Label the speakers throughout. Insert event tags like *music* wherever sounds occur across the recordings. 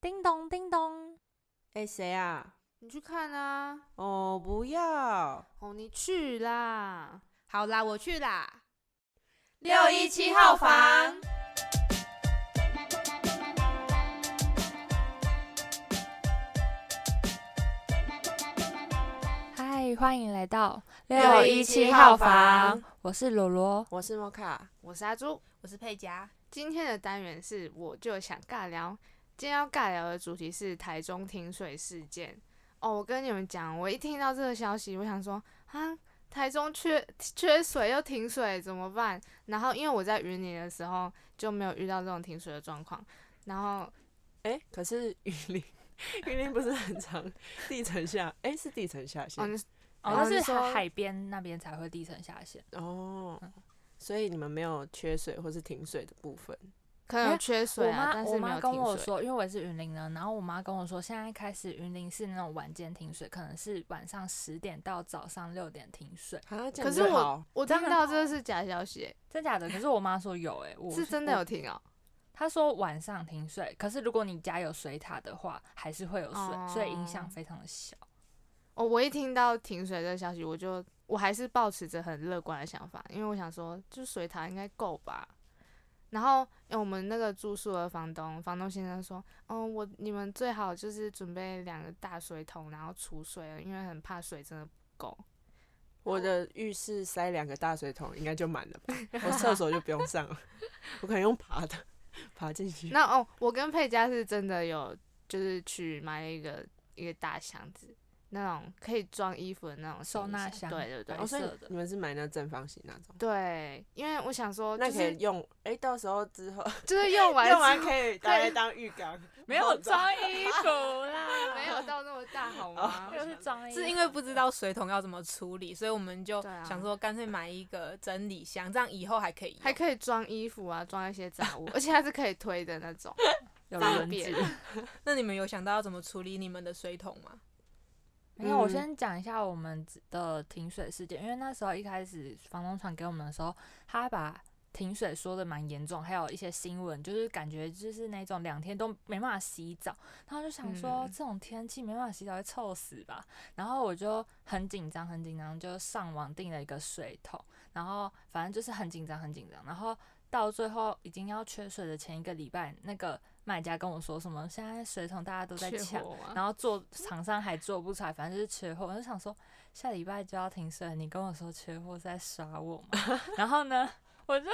Speaker 1: 叮咚叮咚，
Speaker 2: 哎，谁啊？
Speaker 3: 你去看啊！
Speaker 2: 哦，不要。
Speaker 3: 哦，你去啦！好啦，我去啦。
Speaker 2: 617号房。
Speaker 1: 嗨，欢迎来到
Speaker 2: 617号房，
Speaker 1: 我是罗罗。
Speaker 2: 我是莫卡。
Speaker 3: 我是阿朱，
Speaker 4: 我是佩佳，
Speaker 3: 今天的单元是我就想尬聊。今天要尬聊的主题是台中停水事件。哦，我跟你们讲，我一听到这个消息，我想说啊，台中缺缺水又停水怎么办？然后因为我在云林的时候就没有遇到这种停水的状况，然后
Speaker 2: 哎，可是雨林，雨林不是很长地层下？哎，是地层下
Speaker 3: 哦
Speaker 2: 陷
Speaker 1: 哦，
Speaker 3: 你然
Speaker 1: 它
Speaker 3: 后
Speaker 1: 是
Speaker 3: 就说
Speaker 1: 海海边那边才会地层下陷，
Speaker 2: 哦。所以你们没有缺水或是停水的部分。
Speaker 3: 可能有缺水
Speaker 1: 我
Speaker 3: 啊，
Speaker 1: 妈
Speaker 3: 但
Speaker 1: 我
Speaker 3: 是没有
Speaker 1: 妈
Speaker 3: 停
Speaker 1: 跟我
Speaker 3: 水。
Speaker 1: 说，因为我也是云林人，然后我妈跟我说，现在开始云林是那种晚间停水，可能是晚上十点到早上六点停水，
Speaker 2: 啊，这样
Speaker 3: 可是
Speaker 2: 就
Speaker 3: 我
Speaker 2: 好
Speaker 3: 我
Speaker 1: 这
Speaker 3: 听
Speaker 1: 样
Speaker 3: 到这是假消息欸，
Speaker 1: 真假的？可是我妈说有、欸，我
Speaker 3: 是真的
Speaker 1: 我
Speaker 3: 有停哦。
Speaker 1: 她说晚上停水，可是如果你家有水塔的话，还是会有水，
Speaker 3: 哦
Speaker 1: 所以影响非常的小。
Speaker 3: 哦，我一听到停水这个消息，我就我还是抱持着很乐观的想法，因为我想说，就水塔应该够吧。然后，因为我们那个住宿的房东，房东先生说，哦，我你们最好就是准备两个大水桶，然后储水了，因为很怕水真的不够。
Speaker 2: 我的浴室塞两个大水桶，应该就满了 *laughs* 吧？我厕所就不用上了，我可能用爬的爬进
Speaker 1: 嗯
Speaker 2: 去。
Speaker 3: 那哦，我跟佩佳是真的有，就是去买了一个一个大箱子，那种可以装衣服的那种
Speaker 1: 收
Speaker 3: 行李
Speaker 1: 纳箱
Speaker 3: 对对对
Speaker 1: 白
Speaker 2: 哦，所以
Speaker 1: 色的
Speaker 2: 你们是买那正方形那种？
Speaker 3: 对，因为我想说，就
Speaker 2: 那可
Speaker 3: 是
Speaker 2: 以用，哎、到时候之后
Speaker 3: 就是用完
Speaker 2: 用完
Speaker 3: 之后
Speaker 2: 可以拿来当浴缸，
Speaker 1: 没有装衣服啦，
Speaker 3: *laughs* 没有到那么大好吗？
Speaker 2: 哦
Speaker 1: 又是装衣服，
Speaker 4: 是因为不知道水桶要怎么处理，所以我们就
Speaker 3: 哎对啊
Speaker 4: 想说干脆买一个整理箱，这样以后还可以
Speaker 3: *laughs*
Speaker 4: 用
Speaker 3: 还可以装衣服啊，装一些杂物，而且它是可以推的那种。
Speaker 1: 有
Speaker 3: 方
Speaker 1: 轮
Speaker 3: 便
Speaker 1: 子。
Speaker 4: 那你们有想到要怎么处理你们的水桶吗？
Speaker 1: 没有，我
Speaker 2: 嗯
Speaker 1: 先讲一下我们的停水事件，因为那时候一开始房东传给我们的时候，他把停水说的蛮严重，还有一些新闻，就是感觉就是那种两天都没办法洗澡，然后就想说、
Speaker 3: 嗯
Speaker 1: 这种天气没办法洗澡会臭死吧，然后我就很紧张很紧张，就上网订了一个水桶，然后反正就是很紧张很紧张，然后到最后已经要缺水的前一个礼拜，那个卖家跟我说什么，现在水桶大家都在抢。
Speaker 3: 吗？
Speaker 1: 然后做厂商还做不出来，反正就是缺货。我就想说，下礼拜就要停水，你跟我说缺货是在耍我嘛？然后呢，我就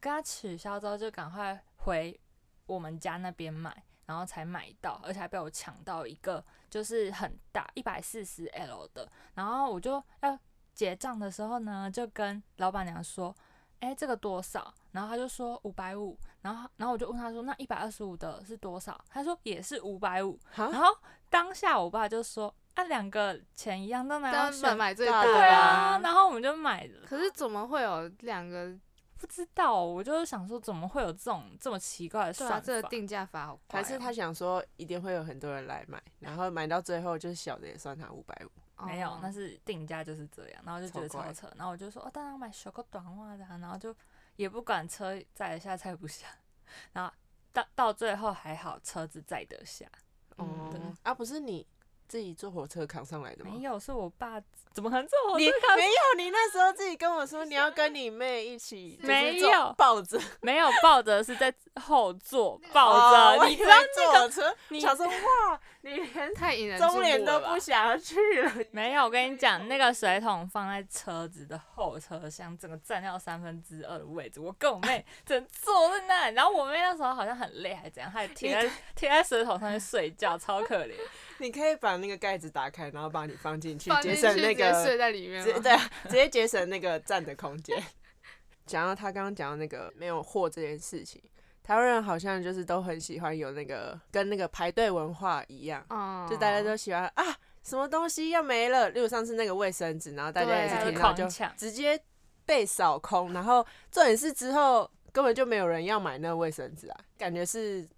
Speaker 1: 跟他取消之后，就赶快回我们家那边买，然后才买到，而且还被我抢到一个，就是很大一百四十 L 的。然后我就要结账的时候呢，就跟老板娘说。哎，这个多少？然后他就说五百五，然后然后我就问他说，那一百二十五的是多少？他说也是五百五，
Speaker 2: 哈，
Speaker 1: 然后当下我爸就说：“啊，两个钱一样，当然要
Speaker 3: 根本
Speaker 1: 选。
Speaker 3: 买最
Speaker 2: 大
Speaker 3: 大”
Speaker 2: 的
Speaker 1: 对啊，
Speaker 3: 啊。
Speaker 1: 然后我们就买了。
Speaker 3: 可是怎么会有两个？
Speaker 1: 不知道，我就是想说，怎么会有这种这么奇怪的
Speaker 3: 对
Speaker 1: 算法？
Speaker 3: 啊，这个定价法好快
Speaker 2: 还
Speaker 3: 哦。
Speaker 2: 是他想说一定会有很多人来买，然后买到最后就是小的也算他五百五，
Speaker 3: 哦
Speaker 1: 没有，那是定价就是这样。然后就觉得
Speaker 2: 超怪
Speaker 1: 超扯，然后我就说：“哦，当然买小个短袜的、啊。”然后就也不管车载得下载不下， *laughs* 然后到到最后还好车子载得下，
Speaker 2: 哦、
Speaker 1: 对
Speaker 2: 啊，不是你自己坐火车扛上来的吗？
Speaker 1: 嗯没有是我爸怎么可能这么
Speaker 2: 你没有，你那时候自己跟我说你要跟你妹一起，就是
Speaker 1: 没
Speaker 2: 坐
Speaker 1: 有
Speaker 2: 抱着
Speaker 1: 没有抱着是在后座
Speaker 2: 哦
Speaker 1: 抱着，
Speaker 2: 我
Speaker 1: 你
Speaker 2: 以为
Speaker 1: 知道
Speaker 2: 坐
Speaker 1: 那个
Speaker 2: 火车，
Speaker 1: 你 *laughs*
Speaker 2: 想说哇，你连
Speaker 3: 太引人注
Speaker 2: 中
Speaker 3: 目
Speaker 2: 联都
Speaker 3: 了
Speaker 2: 不
Speaker 3: 吧。
Speaker 2: 想要去了， *laughs*
Speaker 1: 没有，我跟你讲，那个水桶放在车子的后车厢，整个占掉三分之二的位置。我跟我 *laughs* 妹整坐在那里，然后我妹那时候好像很累还是怎样，她还贴在贴在水桶上面睡觉，超可怜。
Speaker 2: 你可以把那个盖子打开，然后把你放进去，
Speaker 3: 放
Speaker 2: 节
Speaker 3: 进去
Speaker 2: 省那
Speaker 3: 直接
Speaker 2: 个
Speaker 3: 睡在里面
Speaker 2: 直
Speaker 3: 吗
Speaker 2: 对啊，直接节省那个站的空间。 *laughs* 讲到他刚刚讲到那个没有货这件事情，台湾人好像就是都很喜欢有那个跟那个排队文化一样，
Speaker 3: 哦
Speaker 2: 就大家都喜欢啊，什么东西要没了，例如上次那个卫生纸，然后大家
Speaker 1: 啊
Speaker 2: 也
Speaker 3: 对
Speaker 2: 是听到
Speaker 1: 狂
Speaker 2: 就
Speaker 1: 抢
Speaker 2: 直接被扫空，然后重点是之后根本就没有人要买那个卫生纸啊，感觉是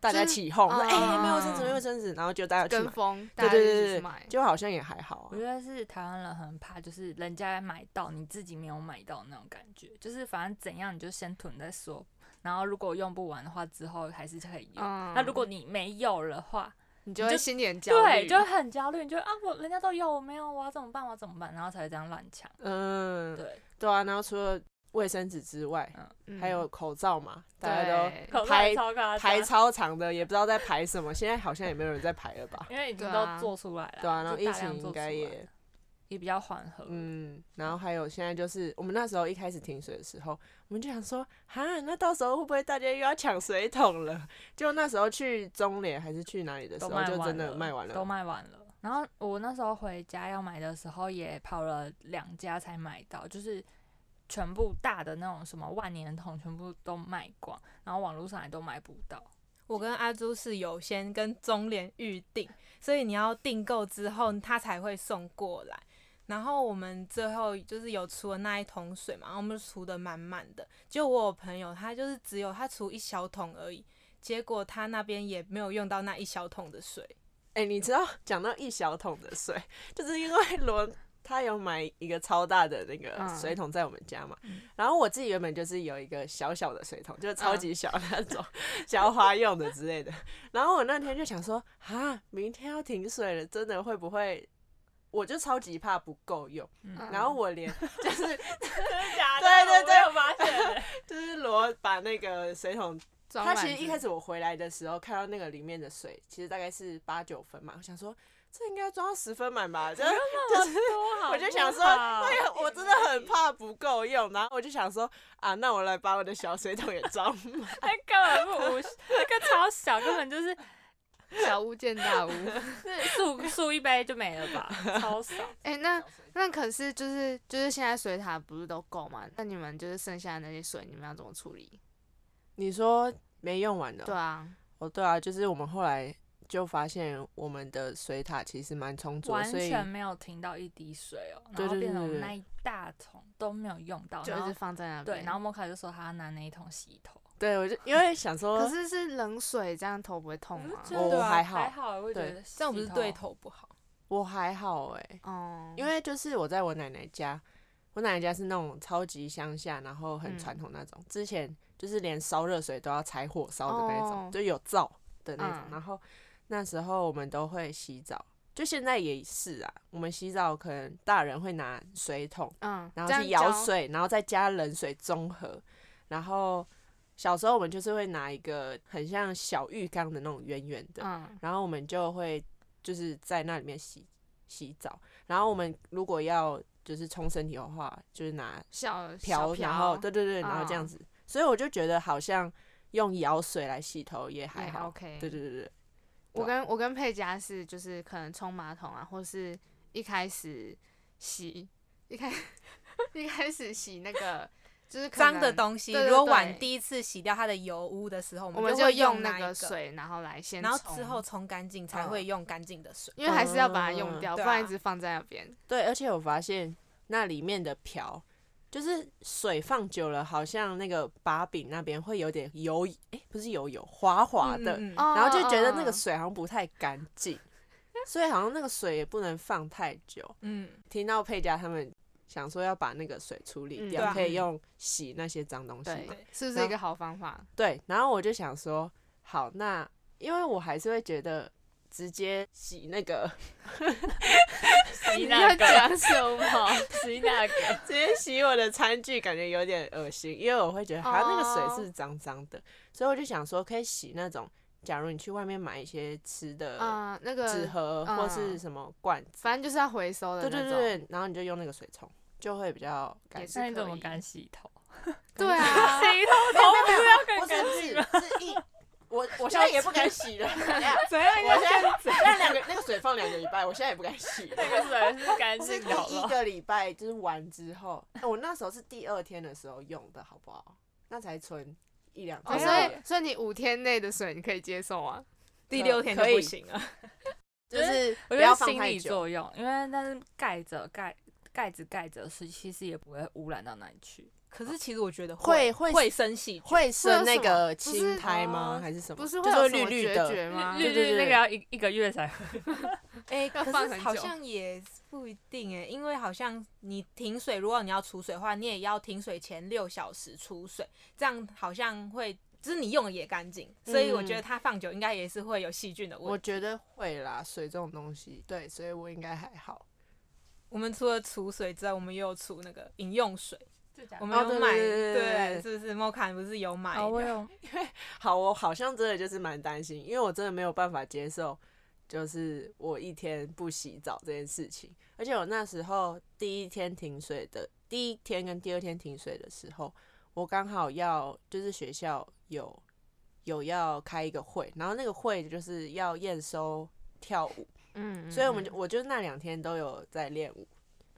Speaker 2: 大家
Speaker 3: 就是
Speaker 2: 起哄说
Speaker 3: 嗯
Speaker 2: 哎、没有卫生纸，没有卫生纸，然后就大家去
Speaker 3: 跟
Speaker 2: 买，
Speaker 3: 风，大
Speaker 2: 对
Speaker 3: 家
Speaker 2: 对
Speaker 3: 就一
Speaker 2: 对
Speaker 3: 起
Speaker 2: 对
Speaker 3: 去
Speaker 2: 对
Speaker 3: 买，。
Speaker 2: 就好像也还好
Speaker 1: 我
Speaker 2: 啊
Speaker 1: 觉，得是台湾人很怕，就是人家买到你自己没有买到那种感觉，就是反正怎样你就先囤再说，然后如果用不完的话，之后还是可以用。
Speaker 3: 嗯，
Speaker 1: 那如果你没有的话，
Speaker 3: 你就
Speaker 1: 你
Speaker 3: 会
Speaker 1: 就
Speaker 3: 心里很焦虑，
Speaker 1: 对，就会很焦虑，你就会啊，我人家都有，我没有，我要怎么办？我要怎么办？然后才会这样乱抢。
Speaker 2: 嗯，
Speaker 1: 对，
Speaker 2: 对啊。然后除了卫生纸之外，
Speaker 3: 嗯
Speaker 2: 还有口罩嘛，大家都
Speaker 3: 对，
Speaker 2: *laughs*
Speaker 1: 口罩
Speaker 2: 排
Speaker 1: 也超夸张
Speaker 2: 排超长的，也不知道在排什么。现在好像也没有人在排
Speaker 1: *laughs*
Speaker 2: 了吧？
Speaker 1: 因为已经
Speaker 3: 对
Speaker 1: 都
Speaker 3: 啊
Speaker 1: 做出来了，
Speaker 2: 对啊，然后
Speaker 1: 就
Speaker 2: 疫
Speaker 1: 大量
Speaker 2: 情
Speaker 1: 做
Speaker 2: 应该
Speaker 1: 出来
Speaker 2: 也
Speaker 1: 了也比较缓和。
Speaker 2: 嗯，然后还有现在就是我们那时候一开始停水的时候，我们就想说，哈，那到时候会不会大家又要抢水桶了？ *laughs* 就那时候去中联还是去哪里的时
Speaker 1: 都
Speaker 2: 候，
Speaker 1: 卖
Speaker 2: 就真
Speaker 1: 完
Speaker 2: 的
Speaker 1: 了，
Speaker 2: 卖完了。
Speaker 1: 都卖完了。然后我那时候回家要买的时候，也跑了两家才买到，就是全部大的那种什么万年桶，全部都卖光，然后网络上也都买不到。
Speaker 4: 我跟阿朱是有先跟中联预定，所以你要订购之后，他才会送过来。然后我们最后就是有除了那一桶水嘛，然后我们就除的满满的。就我有朋友，他就是只有他除一小桶而已，结果他那边也没有用到那一小桶的水。
Speaker 2: 哎、你知道讲到一小桶的水，就是因为罗他有买一个超大的那个
Speaker 3: 嗯
Speaker 2: 水桶在我们家嘛，然后我自己原本就是有一个小小的水桶，就是
Speaker 3: 嗯
Speaker 2: 超级小那种，浇花用的之类的。然后我那天就想说，啊，明天要停水了，真的会不会？我就超级怕不够用，
Speaker 1: 嗯，
Speaker 3: 嗯
Speaker 2: 然后我
Speaker 3: *laughs*
Speaker 2: 连
Speaker 1: 真的假
Speaker 2: 的对对我对没
Speaker 1: 有发
Speaker 2: *laughs*
Speaker 1: 现。欸
Speaker 2: 就是罗把那个水桶
Speaker 3: 装
Speaker 2: 他
Speaker 3: 满
Speaker 2: 其实一
Speaker 3: 子
Speaker 2: 开始我回来的时候看到那个里面的水，其实大概是八九分嘛，我想说这应该装到十分满
Speaker 3: *laughs*
Speaker 2: 吧，就是就是我就想说，哎呀，我真的很怕不够用，然后我就想说啊，那我来把我的小水桶也装满。 *laughs*
Speaker 1: 那根本不无，那个超小，根本就是
Speaker 3: 小巫见大巫。
Speaker 1: 速速一杯就没了吧，超少。
Speaker 3: 哎、那那可是就是就是现在水塔不是都够吗？那你们就是剩下的那些水，你们要怎么处理？
Speaker 2: 你说没用完的、
Speaker 3: 对啊，
Speaker 2: 哦，对啊，就是我们后来就发现我们的水塔其实蛮充足的，
Speaker 1: 完
Speaker 2: 所以
Speaker 1: 全没有听到一滴水哦，
Speaker 2: 对
Speaker 1: 然后
Speaker 2: 对
Speaker 1: 变
Speaker 2: 对
Speaker 1: 成我
Speaker 2: 对
Speaker 1: 们
Speaker 2: 对
Speaker 1: 那一大桶都没有用到，
Speaker 3: 哦就
Speaker 1: 然
Speaker 3: 一直
Speaker 1: 后
Speaker 3: 放在那边。
Speaker 1: 对，然后莫卡就说他要拿那一桶洗头，
Speaker 2: 对我就因为想
Speaker 3: 可
Speaker 2: 说，
Speaker 3: 是是冷水，这样头不会痛吗？
Speaker 1: 就
Speaker 2: 我
Speaker 1: 对啊
Speaker 2: 还好
Speaker 1: 还好，我会觉
Speaker 2: 对
Speaker 1: 得
Speaker 4: 这样不是
Speaker 1: 洗
Speaker 4: 对头不好。
Speaker 2: 我还好哎、
Speaker 3: 哦，
Speaker 2: 因为就是我在我奶奶家，我奶奶家是那种超级乡下，然后
Speaker 3: 嗯
Speaker 2: 很传统那种。之前就是连烧热水都要柴火烧的那种，
Speaker 3: 哦
Speaker 2: 就有灶的那种。
Speaker 3: 嗯
Speaker 2: 然后那时候我们都会洗澡，就现在也是啊。我们洗澡可能大人会拿水桶，
Speaker 3: 嗯，
Speaker 2: 然后
Speaker 3: 这
Speaker 2: 去
Speaker 3: 样
Speaker 2: 舀
Speaker 3: 浇，
Speaker 2: 水，然后再加冷水中和。然后小时候我们就是会拿一个很像小浴缸的那种圆圆的，
Speaker 3: 嗯
Speaker 2: 然后我们就会就是在那里面洗洗澡，然后我们如果要就是冲身体的话，就是拿
Speaker 3: 小
Speaker 2: 瓢，
Speaker 3: 小瓢，
Speaker 2: 然后对对对，然后这样
Speaker 3: 嗯
Speaker 2: 子，所以我就觉得好像用舀水来洗头也还
Speaker 3: 也
Speaker 2: 好。
Speaker 3: OK。
Speaker 2: 对对对对，
Speaker 3: 我
Speaker 2: 对
Speaker 3: 跟我跟佩佳是就是可能冲马桶啊，或是一开始洗，一开 *laughs* 一开始洗那个就是可
Speaker 4: 脏的
Speaker 3: 能
Speaker 4: 东西，
Speaker 3: 对对
Speaker 4: 如果
Speaker 3: 对
Speaker 4: 碗第一次洗掉它的油污的时候，
Speaker 3: 我
Speaker 4: 们
Speaker 3: 们
Speaker 4: 就
Speaker 3: 就
Speaker 4: 会
Speaker 3: 用
Speaker 4: 那
Speaker 3: 那
Speaker 4: 一
Speaker 3: 个
Speaker 4: 个，
Speaker 3: 水，然后来先，
Speaker 4: 然后之后，冲干净才
Speaker 3: 嗯
Speaker 4: 会用干净的水。
Speaker 3: 因为还是要把它用
Speaker 2: 嗯
Speaker 3: 掉，不
Speaker 4: 对
Speaker 3: 然
Speaker 4: 啊
Speaker 3: 一直放在那边。
Speaker 2: 对，而且我发现那里面的瓢。就是水放久了，好像那个把柄那边会有点油，哎、不是油油，滑滑的，
Speaker 4: 嗯嗯嗯
Speaker 2: 然后就觉得
Speaker 3: 哦
Speaker 2: 那个，水好像不太干净，所以好像那个水也不能放太久。
Speaker 4: 嗯，
Speaker 2: 听到佩佳他们想说要把那个水处理掉，
Speaker 3: 嗯对
Speaker 4: 啊
Speaker 2: 可以用洗那些脏东西
Speaker 3: 对
Speaker 2: 嘛。，
Speaker 3: 是不是一个好方法？
Speaker 2: 对，然后我就想说，好，那因为我还是会觉得直接洗那
Speaker 3: *laughs*
Speaker 2: 个，
Speaker 1: 洗
Speaker 3: 你
Speaker 1: 那
Speaker 3: 要 *laughs*
Speaker 1: 个，
Speaker 4: 啊
Speaker 3: 讲什么？ *laughs*
Speaker 1: 洗那个，
Speaker 2: 直接洗我的餐具，感觉有点恶心，因为我会觉得，好
Speaker 3: 哦
Speaker 2: 像那个水是脏脏的，所以我就想说，可以洗那种，假如你去外面买一些吃的
Speaker 3: 啊，那
Speaker 2: 纸
Speaker 3: 个
Speaker 2: 盒或是
Speaker 3: 嗯
Speaker 2: 什么罐子，
Speaker 3: 反正就是要回收的
Speaker 2: 对
Speaker 3: 那
Speaker 2: 对
Speaker 3: 种。
Speaker 2: 对，对然后你就用那个水冲，就会比较干
Speaker 3: 也
Speaker 2: 净。
Speaker 1: 那你
Speaker 3: 是可
Speaker 1: 怎么
Speaker 3: 以
Speaker 1: 敢洗头？
Speaker 3: 对
Speaker 2: *laughs*
Speaker 3: 啊，
Speaker 1: 洗头
Speaker 2: 哦
Speaker 1: 头不是要
Speaker 2: 不
Speaker 1: 更干
Speaker 2: 是是
Speaker 1: 净吗？
Speaker 2: 是一，我我现在也不敢洗了。
Speaker 1: 怎样
Speaker 2: 我现在现在两个那个水放两个礼拜，我现在也不敢洗了。
Speaker 1: 那个水是干
Speaker 2: *laughs* 我是
Speaker 1: 净
Speaker 2: 第
Speaker 1: 的好不
Speaker 2: 一
Speaker 1: 好？
Speaker 2: 个礼拜就是完之后，哎我那时候是第二天的时候用的，好不好？那才存一两
Speaker 3: 哦，
Speaker 2: 天
Speaker 3: 所
Speaker 2: 而
Speaker 3: 以
Speaker 2: 已，
Speaker 3: 所以你五天内的水你可以接受啊？
Speaker 4: 第六天就
Speaker 2: 可以
Speaker 4: 不行啊了。
Speaker 2: 就是
Speaker 1: 我
Speaker 2: 不
Speaker 1: 觉
Speaker 2: 要
Speaker 1: 得
Speaker 2: 放
Speaker 1: 心
Speaker 2: 太
Speaker 1: 理
Speaker 2: 久。
Speaker 1: 作用，因为但是盖着盖盖子盖着是其实也不会污染到哪里去。
Speaker 4: 可是其实我觉得
Speaker 2: 会
Speaker 4: 会
Speaker 2: 会
Speaker 4: 生细
Speaker 3: *laughs*
Speaker 4: 菌，
Speaker 2: 会生那个
Speaker 3: 不是
Speaker 2: 青苔吗？
Speaker 1: 哦
Speaker 2: 还是什么？
Speaker 3: 不是
Speaker 2: 就
Speaker 3: 会
Speaker 2: 是
Speaker 3: 有
Speaker 2: 会
Speaker 3: 什
Speaker 2: 绿
Speaker 3: 么
Speaker 2: 绿
Speaker 3: 决
Speaker 2: 的。
Speaker 3: 绝吗？
Speaker 1: 绿
Speaker 2: 对对
Speaker 1: 绿那
Speaker 2: 对
Speaker 1: 个要一一个月才
Speaker 4: 哎、
Speaker 3: 要
Speaker 4: 可
Speaker 3: 放
Speaker 4: 是
Speaker 3: 很
Speaker 4: 好
Speaker 3: 久
Speaker 4: 像也不一定诶，因为好像你停水，如果你要储水的话，你也要停水前六小时出水，这样好像会就是你用的也干净，所以我觉得
Speaker 3: 嗯
Speaker 4: 它放久应该也是会有细菌的
Speaker 2: 我
Speaker 4: 问题。
Speaker 2: 觉得会啦，水这种东西，对，所以我应该还好。
Speaker 4: 我们除了储水之外，我们也有储那个饮用水，我
Speaker 1: 我
Speaker 4: 们
Speaker 2: 哦
Speaker 4: 有
Speaker 2: 对
Speaker 4: 买，
Speaker 2: 对对对对
Speaker 4: 是不是？莫坎不是有买
Speaker 1: 哦，我
Speaker 4: 的
Speaker 1: 有
Speaker 2: 好，我好像真的就是蛮担心，因为我真的没有办法接受，就是我一天不洗澡这件事情。而且我那时候第一天停水的，第一天跟第二天停水的时候，我刚好要就是学校有有要开一个会，然后那个会就是要验收跳舞，
Speaker 3: 嗯，
Speaker 2: 所以我们
Speaker 3: 嗯
Speaker 2: 就我就那两天都有在练舞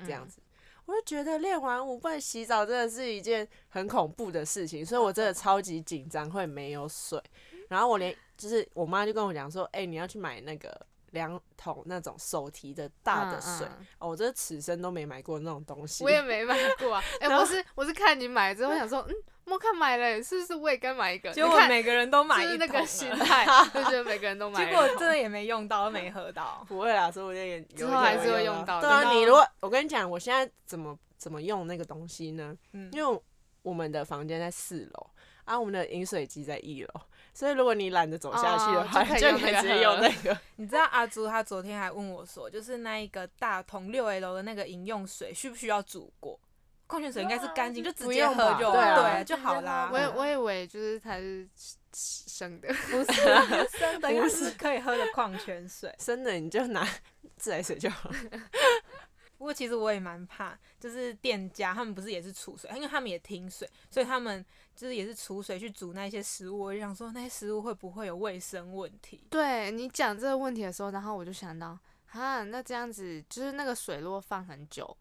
Speaker 2: 这样
Speaker 3: 嗯
Speaker 2: 子。我就觉得练完舞不能洗澡真的是一件很恐怖的事情，所以我真的超级紧张，会没有水。然后我连就是我妈就跟我讲说，哎、你要去买那个两桶那种手提的大的水。
Speaker 3: 嗯嗯
Speaker 2: 哦，我真的此生都没买过那种东西。
Speaker 3: 我也没买过啊。哎、
Speaker 2: *laughs* 然后
Speaker 3: 我是我是看你买之后想说，嗯，莫看买了耶，是不是我也该买一个？
Speaker 4: 结
Speaker 3: 你
Speaker 4: 果
Speaker 3: 看
Speaker 4: 每个人都买
Speaker 3: 就是
Speaker 4: 一
Speaker 3: 那
Speaker 4: 桶
Speaker 3: 个
Speaker 4: 啊
Speaker 3: 心
Speaker 2: *laughs*
Speaker 3: 态，就觉得每个人都买
Speaker 4: 结
Speaker 3: 了。
Speaker 4: 果真的也没用到，没喝到。
Speaker 2: 不会啦，所以我有点有
Speaker 3: 之
Speaker 2: 一
Speaker 3: 后
Speaker 2: 天
Speaker 3: 还
Speaker 2: 我
Speaker 3: 是会
Speaker 2: 用
Speaker 3: 用到
Speaker 2: 对
Speaker 4: 的
Speaker 2: 啊，你如果我跟你讲，我现在怎么怎么用那个东西呢？
Speaker 4: 嗯，
Speaker 2: 因为我们的房间在四楼，啊，我们的饮水机在一楼，所以如果你懒得走下去的
Speaker 3: 哦
Speaker 2: 话，
Speaker 3: 就可以
Speaker 2: 就
Speaker 3: 用
Speaker 2: 可以
Speaker 3: 那个
Speaker 2: 直接用那个。
Speaker 4: 你知道阿朱他昨天还问我说，就是那一个大桶六 L 的那个饮用水需不需要煮过？矿泉水应该是干净，就直
Speaker 2: 不
Speaker 4: 接
Speaker 2: 用
Speaker 4: 喝
Speaker 2: 吧
Speaker 4: 就
Speaker 2: 对啊
Speaker 4: 对就好啦。
Speaker 3: 我以我以为就是它是生的， *laughs*
Speaker 4: 不 *laughs* 是生的，应该是可以喝的矿泉水。
Speaker 2: 真的，你就
Speaker 4: *laughs*
Speaker 2: 拿自来水就好。
Speaker 4: 不过其实我也蛮怕，就是店家他们不是也是储水，因为他们也停水，所以他们就是也是储水去煮那些食物。我就想说，那些食物会不会有卫生问题？
Speaker 3: 对你讲这个问题的时候，然后我就想到，啊，那这样子就是那个水如果放很久，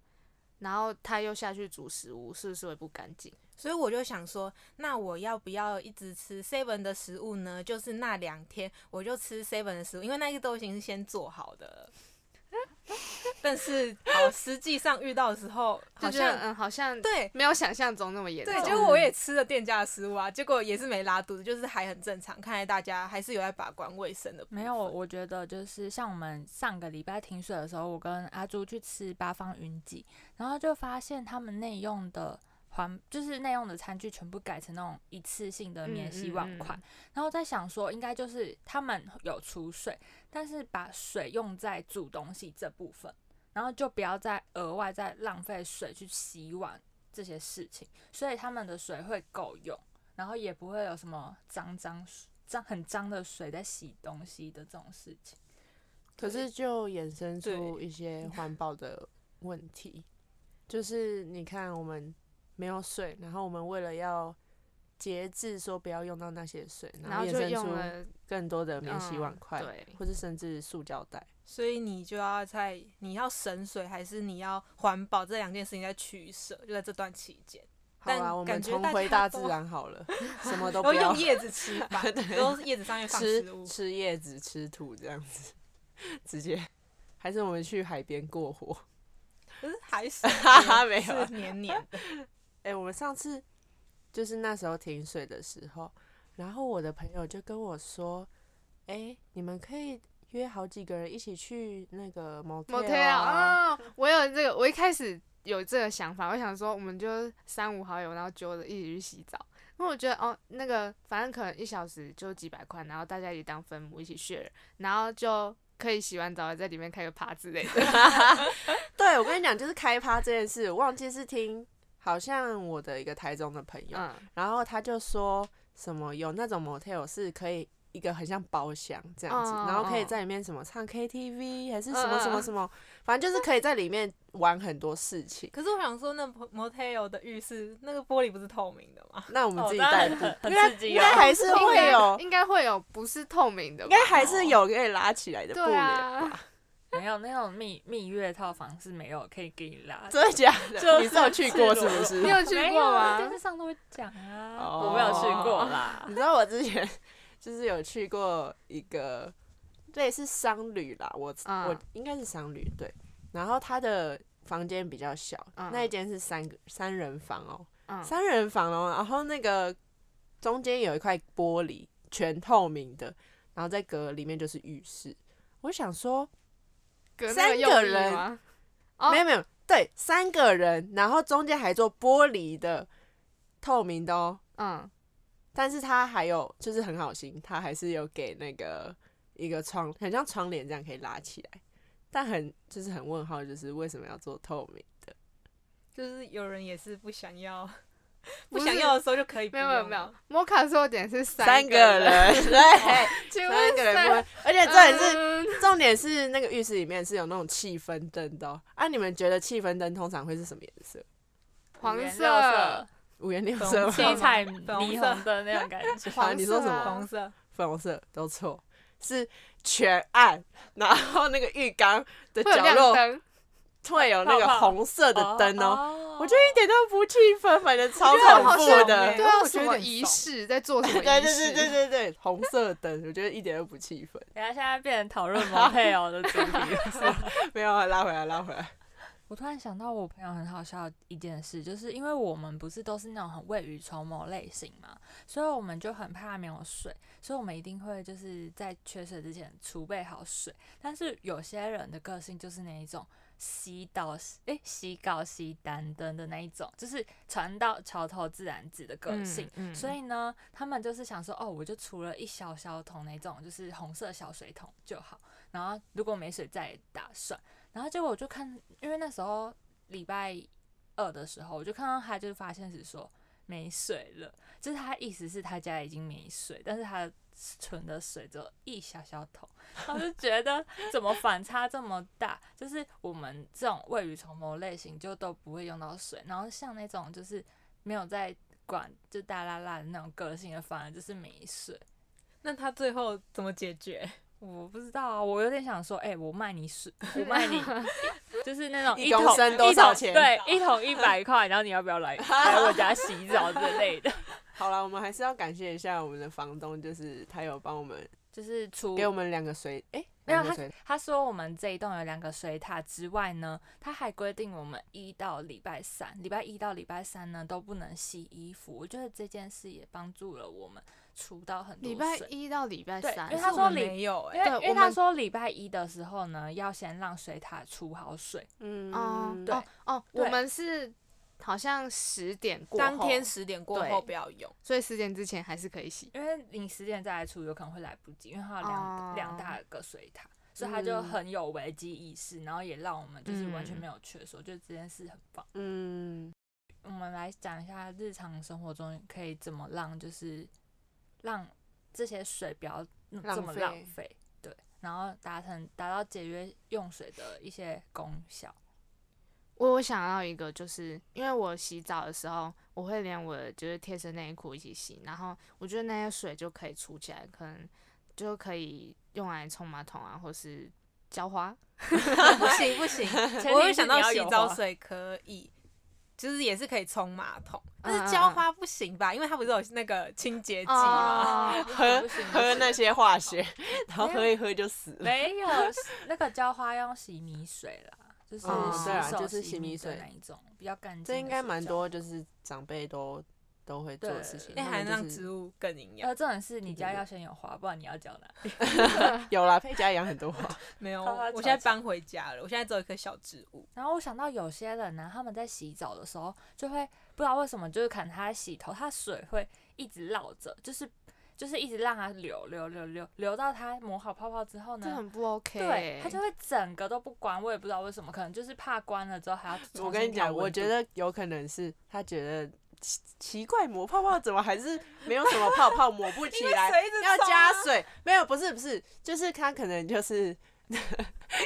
Speaker 3: 然后它又下去煮食物，是不是会不干净？
Speaker 4: 所以我就想说，那我要不要一直吃 Seven 的食物呢？就是那两天我就吃 Seven 的食物，因为那个都已经是先做好的了。 *laughs* 但是好，实际上遇到的时候，好
Speaker 3: 就觉得
Speaker 4: 像
Speaker 3: 嗯，好像
Speaker 4: 对
Speaker 3: 没有想象中那么严重。
Speaker 4: 对，结果我也吃了店家的食物啊，结果也是没拉肚子，就是还很正常。看来大家还是有在把关卫生的部分。
Speaker 1: 没有，我我觉得就是像我们上个礼拜停水的时候，我跟阿朱去吃八方云集，然后就发现他们内用的环就是内用的餐具全部改成那种一次性的免洗碗筷，
Speaker 3: 嗯
Speaker 1: 然后在想说应该就是他们有储水，但是把水用在煮东西这部分，然后就不要再额外再浪费水去洗碗这些事情，所以他们的水会够用，然后也不会有什么脏脏水脏很脏的水在洗东西的这种事情。
Speaker 2: 可是就衍生出
Speaker 4: 对
Speaker 2: 一些环保的问题，就是你看我们没有水，然后我们为了要节制说不要用到那些水，
Speaker 3: 然后
Speaker 2: 后衍
Speaker 3: 就
Speaker 2: 生
Speaker 3: 用
Speaker 2: 出
Speaker 3: 了
Speaker 2: 更多的免洗碗
Speaker 3: 嗯
Speaker 2: 筷，
Speaker 3: 对
Speaker 2: 或是甚至塑胶袋。
Speaker 4: 所以你就要在你要省水还是你要环保这两件事情在取舍，就在这段期间。
Speaker 2: 好啊
Speaker 4: 但
Speaker 2: 啦，我
Speaker 4: 感
Speaker 2: 们
Speaker 4: 觉
Speaker 2: 重
Speaker 4: 大
Speaker 2: 回
Speaker 4: 家
Speaker 2: 大
Speaker 4: 都
Speaker 2: 自然好
Speaker 4: *laughs*
Speaker 2: 了，什么都
Speaker 4: 然后
Speaker 2: 不要
Speaker 4: 用叶子吃饭，然后叶子上面放
Speaker 2: 吃
Speaker 4: 食物。
Speaker 2: 吃叶子、吃土这样子， *laughs* 直接还是我们去海边过活。
Speaker 4: 可是海水
Speaker 2: 没有啊
Speaker 4: 是黏黏的。
Speaker 2: 哎、我们上次就是那时候停水的时候，然后我的朋友就跟我说：“哎、你们可以约好几个人一起去那个 motel
Speaker 3: motel
Speaker 2: 啊。
Speaker 3: 啊、我有这个，我一开始有这个想法，我想说我们就三五好友，然后揪着一起去洗澡。因为我觉得哦，那个反正可能一小时就几百块，然后大家一起当分母一起 share，然后就可以洗完澡在里面开个趴之类
Speaker 2: *laughs*
Speaker 3: 的。
Speaker 2: 对，我跟你讲，就是开趴这件事，我忘记是听好像我的一个台中的朋友，
Speaker 3: 嗯，
Speaker 2: 然后他就说什么有那种 motel 是可以一个很像包厢这样子，
Speaker 3: 嗯嗯
Speaker 2: 然后可以
Speaker 3: 嗯
Speaker 2: 在里面什么唱 KTV 还是
Speaker 3: 嗯
Speaker 2: 什么什
Speaker 3: 嗯
Speaker 2: 么
Speaker 3: 嗯
Speaker 2: 什么，反正就是可以在里面玩很多事情。
Speaker 4: 可是我想说，那 motel 的浴室那个玻璃不是透明的吗？
Speaker 2: 那我们
Speaker 1: 哦
Speaker 2: 自己
Speaker 1: 当
Speaker 2: 代
Speaker 1: 然
Speaker 2: 步，
Speaker 1: 很很
Speaker 2: 应该
Speaker 1: 刺激
Speaker 2: 应该
Speaker 1: 哦 *laughs*
Speaker 2: 还 *laughs* 是
Speaker 3: 应
Speaker 2: 会
Speaker 3: 该
Speaker 2: 有，
Speaker 3: 应该会有不是透明的
Speaker 2: 应
Speaker 3: 吧，
Speaker 2: 该还是有可以拉起来的布
Speaker 3: 对
Speaker 2: 帘，
Speaker 3: 啊，
Speaker 1: 没有那种蜜蜜月套房是没有可以给你拉的，
Speaker 2: 真的假
Speaker 1: 就
Speaker 2: 的？你是有去过是不
Speaker 3: 你
Speaker 2: 是？
Speaker 3: 有去
Speaker 1: 没
Speaker 3: 过
Speaker 1: 有啊
Speaker 3: 吗？
Speaker 1: 电视上都会讲啊，
Speaker 2: 哦
Speaker 1: *laughs* 我没有去过啦。
Speaker 2: *laughs* 你知道我之前就是有去过一个类似商旅啦，我
Speaker 3: 嗯
Speaker 2: 我应该是商旅对，然后他的房间比较小，
Speaker 3: 嗯
Speaker 2: 那一间是三个三人房哦，
Speaker 3: 嗯，
Speaker 2: 三人房哦，然后那个中间有一块玻璃，全透明的，然后在隔里面就是浴室。我想说，
Speaker 3: 隔那
Speaker 2: 三
Speaker 3: 个
Speaker 2: 个
Speaker 3: 用力
Speaker 2: 人
Speaker 3: 吗？哦
Speaker 2: 没有没有，对，三个人，然后中间还做玻璃的透明的哦。
Speaker 3: 嗯，
Speaker 2: 但是他还有就是很好心，他还是有给那个一个窗，很像窗帘这样可以拉起来，但很就是很问号，就是为什么要做透明的？
Speaker 4: 就是有人也是不想要，
Speaker 3: 不
Speaker 4: 不
Speaker 3: 是
Speaker 4: 想要的时候就可以不
Speaker 3: 没有没有
Speaker 4: 用
Speaker 3: 没有
Speaker 4: 了，
Speaker 3: 摩卡说的点
Speaker 2: *laughs*
Speaker 3: 是
Speaker 2: 三
Speaker 3: 个
Speaker 2: 个，人，对，
Speaker 3: 请问
Speaker 2: 三个人不
Speaker 3: 三
Speaker 2: 会，而且重点是
Speaker 3: 嗯
Speaker 2: 重点是那个浴室里面是有那种气氛灯的、哦、啊！你们觉得气氛灯通常会是什么颜色？
Speaker 3: 黄
Speaker 1: 五颜
Speaker 3: 色
Speaker 1: 六色、
Speaker 2: 五颜六
Speaker 4: 粉
Speaker 2: 色
Speaker 4: 红
Speaker 2: 吗？
Speaker 4: 色
Speaker 1: 七彩
Speaker 4: 粉红
Speaker 1: 霓
Speaker 4: 色
Speaker 1: 虹的那种感觉。
Speaker 2: 啊 *laughs* 你说什么
Speaker 3: 啊
Speaker 4: 红色，
Speaker 2: 粉红色都错，是全暗，然后那个浴缸的
Speaker 3: 会有
Speaker 2: 角
Speaker 3: 亮
Speaker 2: 落
Speaker 3: 灯，
Speaker 2: 会有那个
Speaker 1: 泡泡
Speaker 2: 红色的灯哦。
Speaker 1: 哦
Speaker 2: 我觉得一点都不气氛，反正超
Speaker 4: 觉得
Speaker 2: 恐
Speaker 4: 好
Speaker 2: 怖
Speaker 4: 像
Speaker 2: 的
Speaker 4: 欸。
Speaker 3: 对啊，
Speaker 4: 为
Speaker 3: 我
Speaker 4: 什
Speaker 3: 觉得
Speaker 4: 么
Speaker 3: 有点仪
Speaker 4: 手
Speaker 3: 式在 *laughs* 做什么
Speaker 2: 对
Speaker 3: 仪
Speaker 2: 对
Speaker 3: 式？
Speaker 2: 对对对对，红色灯，我觉得一点都不气氛。
Speaker 1: 等一下现在变成讨论某配哦偶的主题了是吗
Speaker 2: 没有啊，拉回来，拉回来。
Speaker 1: 我突然想到我朋友很好笑的一件事，就是因为我们不是都是那种很未雨绸缪类型嘛，所以我们就很怕没有水，所以我们一定会就是在缺水之前储备好水。但是有些人的个性就是那一种洗到诶、洗稿洗单灯的那一种，就是船到桥头自然直的个性。
Speaker 3: 嗯
Speaker 1: 所以呢，他们就是想说，哦，我就除了一小小桶那种，就是红色小水桶就好。然后如果没水再打算。然后结果我就看，因为那时候礼拜二的时候，我就看到他就是发现是说没水了，就是他意思是他家已经没水，但是他存的水只有一小小桶，我就觉得怎么反差这么大？就是我们这种未雨绸缪类型就都不会用到水，然后像那种就是没有在管就大啦啦的那种个性的，反而就是没水。
Speaker 4: 那他最后怎么解决？
Speaker 1: 我不知道啊，我有点想说，哎、我卖你水，我卖
Speaker 2: *laughs*
Speaker 1: 你，就是那种
Speaker 2: 一
Speaker 1: 桶
Speaker 2: 公升多少
Speaker 1: 一桶
Speaker 2: 钱
Speaker 1: 对，一桶一百块，然后你要不要来来我家洗澡之类的？
Speaker 2: 好了，我们还是要感谢一下我们的房东，就是他有帮我们
Speaker 1: 就是除
Speaker 2: 给我们两个水，哎、
Speaker 1: 嗯没有
Speaker 2: 两个水
Speaker 1: 他说我们这一栋有两个水塔之外呢，他还规定我们一到礼拜三，礼拜一到礼拜三呢都不能洗衣服。我觉得这件事也帮助了我们除到很多
Speaker 3: 礼拜
Speaker 1: 水。
Speaker 3: 一到礼拜
Speaker 1: 对
Speaker 3: 三，
Speaker 1: 因为
Speaker 4: 可
Speaker 1: 他
Speaker 4: 是
Speaker 1: 说
Speaker 4: 我们
Speaker 1: 礼
Speaker 4: 没有
Speaker 2: 欸
Speaker 4: 哎、
Speaker 1: 因为
Speaker 3: 对
Speaker 1: 因为
Speaker 3: 我
Speaker 1: 他
Speaker 3: 们
Speaker 1: 说礼拜一的时候呢，要先让水塔出好水，
Speaker 2: 嗯，
Speaker 3: 哦
Speaker 1: 对
Speaker 3: 哦哦，
Speaker 1: 对
Speaker 3: 我们是好像十点过
Speaker 4: 当
Speaker 3: 后
Speaker 4: 天十点过
Speaker 3: 对
Speaker 4: 后不要用。
Speaker 3: *laughs*
Speaker 4: *laughs*
Speaker 3: 所以十点之前还是可以洗。
Speaker 1: 因为你十点再来出有可能会来不及，因为它有两、
Speaker 3: 哦
Speaker 1: 两大个水塔，所以他就很有危机意识，然后也让我们就是完全
Speaker 3: 嗯
Speaker 1: 没有缺水，我觉得这件事很棒。
Speaker 2: 嗯，
Speaker 1: 我们来讲一下日常生活中可以怎么让，就是让这些水不要那
Speaker 2: 浪
Speaker 1: 这么
Speaker 2: 费
Speaker 1: 浪费，对，然后达成达到节约用水的一些功效。
Speaker 3: 我我想要一个，就是因为我洗澡的时候，我会连我的就是贴身内裤一起洗，然后我觉得那些水就可以储起来，可能就可以用来冲马桶啊，或是浇花。
Speaker 4: 不行不 *laughs* 行，
Speaker 1: 前
Speaker 4: 我
Speaker 1: 提
Speaker 4: 会
Speaker 1: 是
Speaker 4: 想
Speaker 1: 你
Speaker 4: 到
Speaker 1: 要
Speaker 4: 洗
Speaker 1: 有
Speaker 4: 澡
Speaker 1: 花，
Speaker 4: 水可以，就是也是可以冲马桶，但
Speaker 3: 嗯嗯
Speaker 4: 是浇
Speaker 3: 嗯
Speaker 4: 花不行吧？因为它不是有那个清洁剂吗？
Speaker 1: *laughs*
Speaker 3: 哦，
Speaker 1: 喝
Speaker 2: 喝那些化学，然后
Speaker 1: 没有
Speaker 2: 喝一喝就 *laughs* 死了。
Speaker 1: 没有那个浇花用洗米水啦，就是
Speaker 2: 哦
Speaker 1: 洗
Speaker 2: 对啊
Speaker 1: 手
Speaker 2: 就是洗
Speaker 1: 洗
Speaker 2: 米
Speaker 1: 米的
Speaker 2: 水
Speaker 1: 那一种，比较干净。
Speaker 2: 这应该蛮。多，就是长辈都都会做的事情。
Speaker 1: 对
Speaker 4: *laughs* 那
Speaker 2: 他
Speaker 4: 哎还
Speaker 2: 们
Speaker 4: 能
Speaker 2: 就
Speaker 4: 让
Speaker 2: 是
Speaker 4: 植物更营养？
Speaker 1: 呃，重点是你家
Speaker 2: 对对对
Speaker 1: 要先有花，不然你要浇哪？
Speaker 2: 有啦，佩佳养很多花，
Speaker 4: 没有，
Speaker 1: 花花
Speaker 4: 我
Speaker 1: 草
Speaker 4: 现在
Speaker 1: 草
Speaker 4: 搬回家了，我现在只有一棵小植物。
Speaker 1: 然后我想到有些人呢、他们在洗澡的时候就会不知道为什么，就是可能他在洗头，他水会一直绕着，就是就是一直让它流流流流流到他磨好泡泡之后
Speaker 3: 这
Speaker 1: 呢，
Speaker 3: 很不 OK 欸。
Speaker 1: 对，他就会整个都不关，我也不知道为什么，可能就是怕关了之后还要重新
Speaker 2: 我跟你
Speaker 1: 调
Speaker 2: 讲，我
Speaker 1: 温
Speaker 2: 觉
Speaker 1: 度
Speaker 2: 得有可能是他觉得奇奇怪，抹泡泡怎么还是没有什么泡泡，抹不起来，
Speaker 4: 水一直
Speaker 2: 要
Speaker 4: 冲
Speaker 2: 加
Speaker 4: 啊
Speaker 2: 水。没有，不是不是，就是他可能就是 *laughs*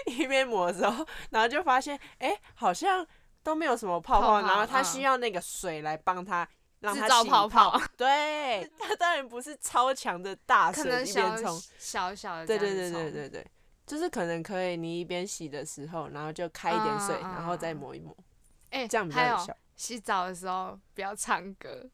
Speaker 2: 一边抹的时候，然后就发现，哎、好像都没有什么泡泡，
Speaker 3: 泡泡
Speaker 2: 然后他
Speaker 3: 嗯
Speaker 2: 需要那个水来帮他。让
Speaker 3: 制
Speaker 2: 他
Speaker 3: 造
Speaker 2: 洗
Speaker 3: 泡泡，
Speaker 2: 对，他当然不是超强的大
Speaker 3: 可
Speaker 2: 水
Speaker 3: 能
Speaker 2: 一
Speaker 3: 小
Speaker 2: 边冲，
Speaker 3: 小小的这
Speaker 2: 对
Speaker 3: 样
Speaker 2: 对对
Speaker 3: 子
Speaker 2: 对
Speaker 3: 冲
Speaker 2: 对对，就是可能可以你一边洗的时候，然后就开一点水，
Speaker 3: 嗯嗯
Speaker 2: 然后再
Speaker 3: 嗯
Speaker 2: 抹一抹， *laughs*
Speaker 3: 哎、
Speaker 2: 这样比
Speaker 3: 还
Speaker 2: 较有
Speaker 3: 有
Speaker 2: 效。
Speaker 3: 洗澡的时候不要唱歌，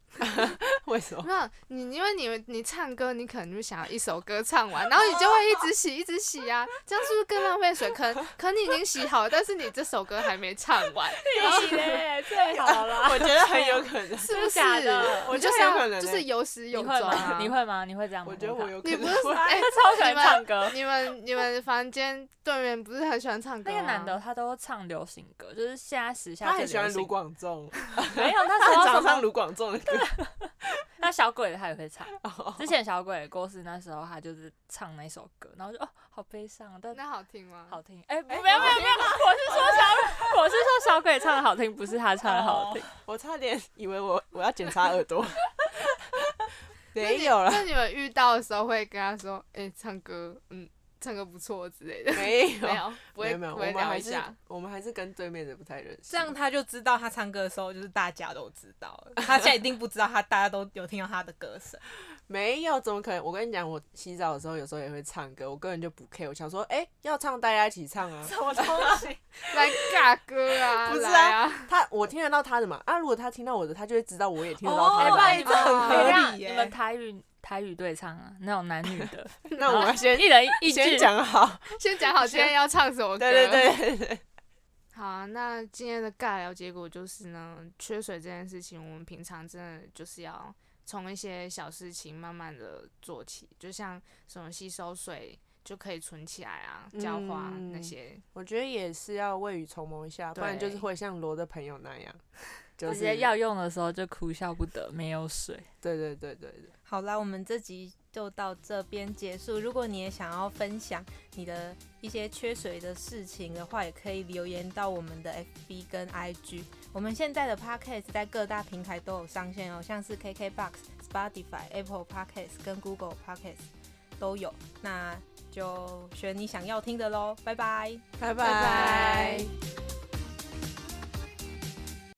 Speaker 2: 为什
Speaker 3: *laughs*
Speaker 2: 么？
Speaker 3: 没有你，因为你你唱歌，你可能就想要一首歌唱完，然后你就会一直洗，一直洗啊，这样是不是更浪费水？可能可能你已经洗好了，但是你这首歌还没唱完，
Speaker 1: 屁嘞，最好
Speaker 2: *laughs*
Speaker 1: 了。
Speaker 2: 我觉得很有可能。
Speaker 3: 是
Speaker 1: 真
Speaker 3: 不
Speaker 1: 的
Speaker 3: 是
Speaker 1: 假的？
Speaker 2: *laughs* 我
Speaker 3: 你
Speaker 2: 觉
Speaker 3: 就
Speaker 2: 得
Speaker 3: 是
Speaker 2: 有可
Speaker 3: 要
Speaker 2: 能
Speaker 3: 就
Speaker 2: 欸
Speaker 3: 是有始有
Speaker 1: 你
Speaker 3: 终
Speaker 1: 会吗？
Speaker 3: 啊。
Speaker 1: 你会吗？你会这样吗？
Speaker 2: 我觉得我有可
Speaker 3: 你
Speaker 2: 能
Speaker 3: 不是
Speaker 2: 会 *laughs*
Speaker 3: 哎，
Speaker 1: 他超喜欢
Speaker 3: 你们
Speaker 1: 唱歌。
Speaker 3: 你们你们房间对面不是很喜欢唱歌
Speaker 1: 那
Speaker 3: 吗？
Speaker 1: 个男的他都唱流行歌，就是现在时下
Speaker 2: 啊他很
Speaker 1: 最
Speaker 2: 喜欢
Speaker 1: 流行
Speaker 2: 卢广仲， *laughs*
Speaker 1: 没有那时
Speaker 2: 他
Speaker 1: 候
Speaker 2: 很
Speaker 1: 什
Speaker 2: 常唱
Speaker 1: 么？
Speaker 2: 卢广仲的歌。
Speaker 1: 那小鬼他也会
Speaker 2: *laughs*
Speaker 1: 唱。
Speaker 2: 哦
Speaker 1: 之前小鬼的故事那时候他就是唱那首歌，然后就哦好悲伤，但
Speaker 3: 那好听吗？
Speaker 1: 好听。哎、没有没有没有，我是说小，我是说小鬼唱的好听，不是他唱的
Speaker 2: 哦
Speaker 1: 好听。
Speaker 2: 我差点以为我我要检查耳朵，没有了，
Speaker 3: *laughs* 那你们遇到的时候会跟他说，哎、唱歌，嗯，唱歌不错之
Speaker 2: *laughs*
Speaker 3: 类的，
Speaker 2: 没有
Speaker 3: 没，有，不
Speaker 2: 没
Speaker 3: 会
Speaker 2: 有，没有，
Speaker 3: 不
Speaker 2: 我
Speaker 3: 会
Speaker 2: 们
Speaker 3: 聊
Speaker 2: 还
Speaker 3: 一
Speaker 2: 是
Speaker 3: 下。
Speaker 2: 我们还是跟对面的不太认识。
Speaker 4: 这样他就知道他唱歌的时候，就是大家都知道了。他现在一定不知道，他大家都有听到他的歌声。
Speaker 2: 没有，怎么可能？我跟你讲，我洗澡的时候有时候也会唱歌，我根本就不 care。我想说，哎、要唱大家一起唱啊。
Speaker 4: 么东西？
Speaker 3: 来尬歌
Speaker 2: *laughs*
Speaker 3: 啊，
Speaker 2: 不是啊
Speaker 3: 来啊，
Speaker 2: 他我听得到他的嘛，啊，如果他听到我的，他就会知道我也听得到
Speaker 4: 哦
Speaker 2: 他
Speaker 1: 哎、
Speaker 2: 的
Speaker 1: 不然你们
Speaker 2: 嘛。
Speaker 3: 很
Speaker 4: 合理
Speaker 1: 哎那
Speaker 4: 耶
Speaker 1: 你们台语台语对唱啊，那种男女的，
Speaker 2: 那我要 *laughs* 先
Speaker 1: 一人 *laughs* 一
Speaker 2: 先
Speaker 1: 句。
Speaker 2: 讲好。
Speaker 3: 先讲好今天要唱什么歌。
Speaker 2: 对对对对对，
Speaker 3: 好啊、那今天的尬聊结果就是呢，缺水这件事情，我们平常真的就是要从一些小事情慢慢的做起，就像什么吸收水就可以存起来啊，浇花
Speaker 2: 嗯
Speaker 3: 那些。
Speaker 2: 我觉得也是要未雨绸缪一下，不然
Speaker 3: 对
Speaker 2: 就是会像罗的朋友那样， *laughs* 就
Speaker 1: 直
Speaker 2: 是
Speaker 1: 接要用的时候就哭笑不得，没有水。
Speaker 2: 对对对对对，
Speaker 4: 好啦，我们这集就到这边结束。如果你也想要分享你的一些缺水的事情的话，也可以留言到我们的 FB 跟 IG。我们现在的 Podcast 在各大平台都有上线哦，像是 KKBox、Spotify、Apple Podcast 跟 Google Podcast 都有。那就选你想要听的喽，拜拜。
Speaker 2: 拜
Speaker 3: 拜拜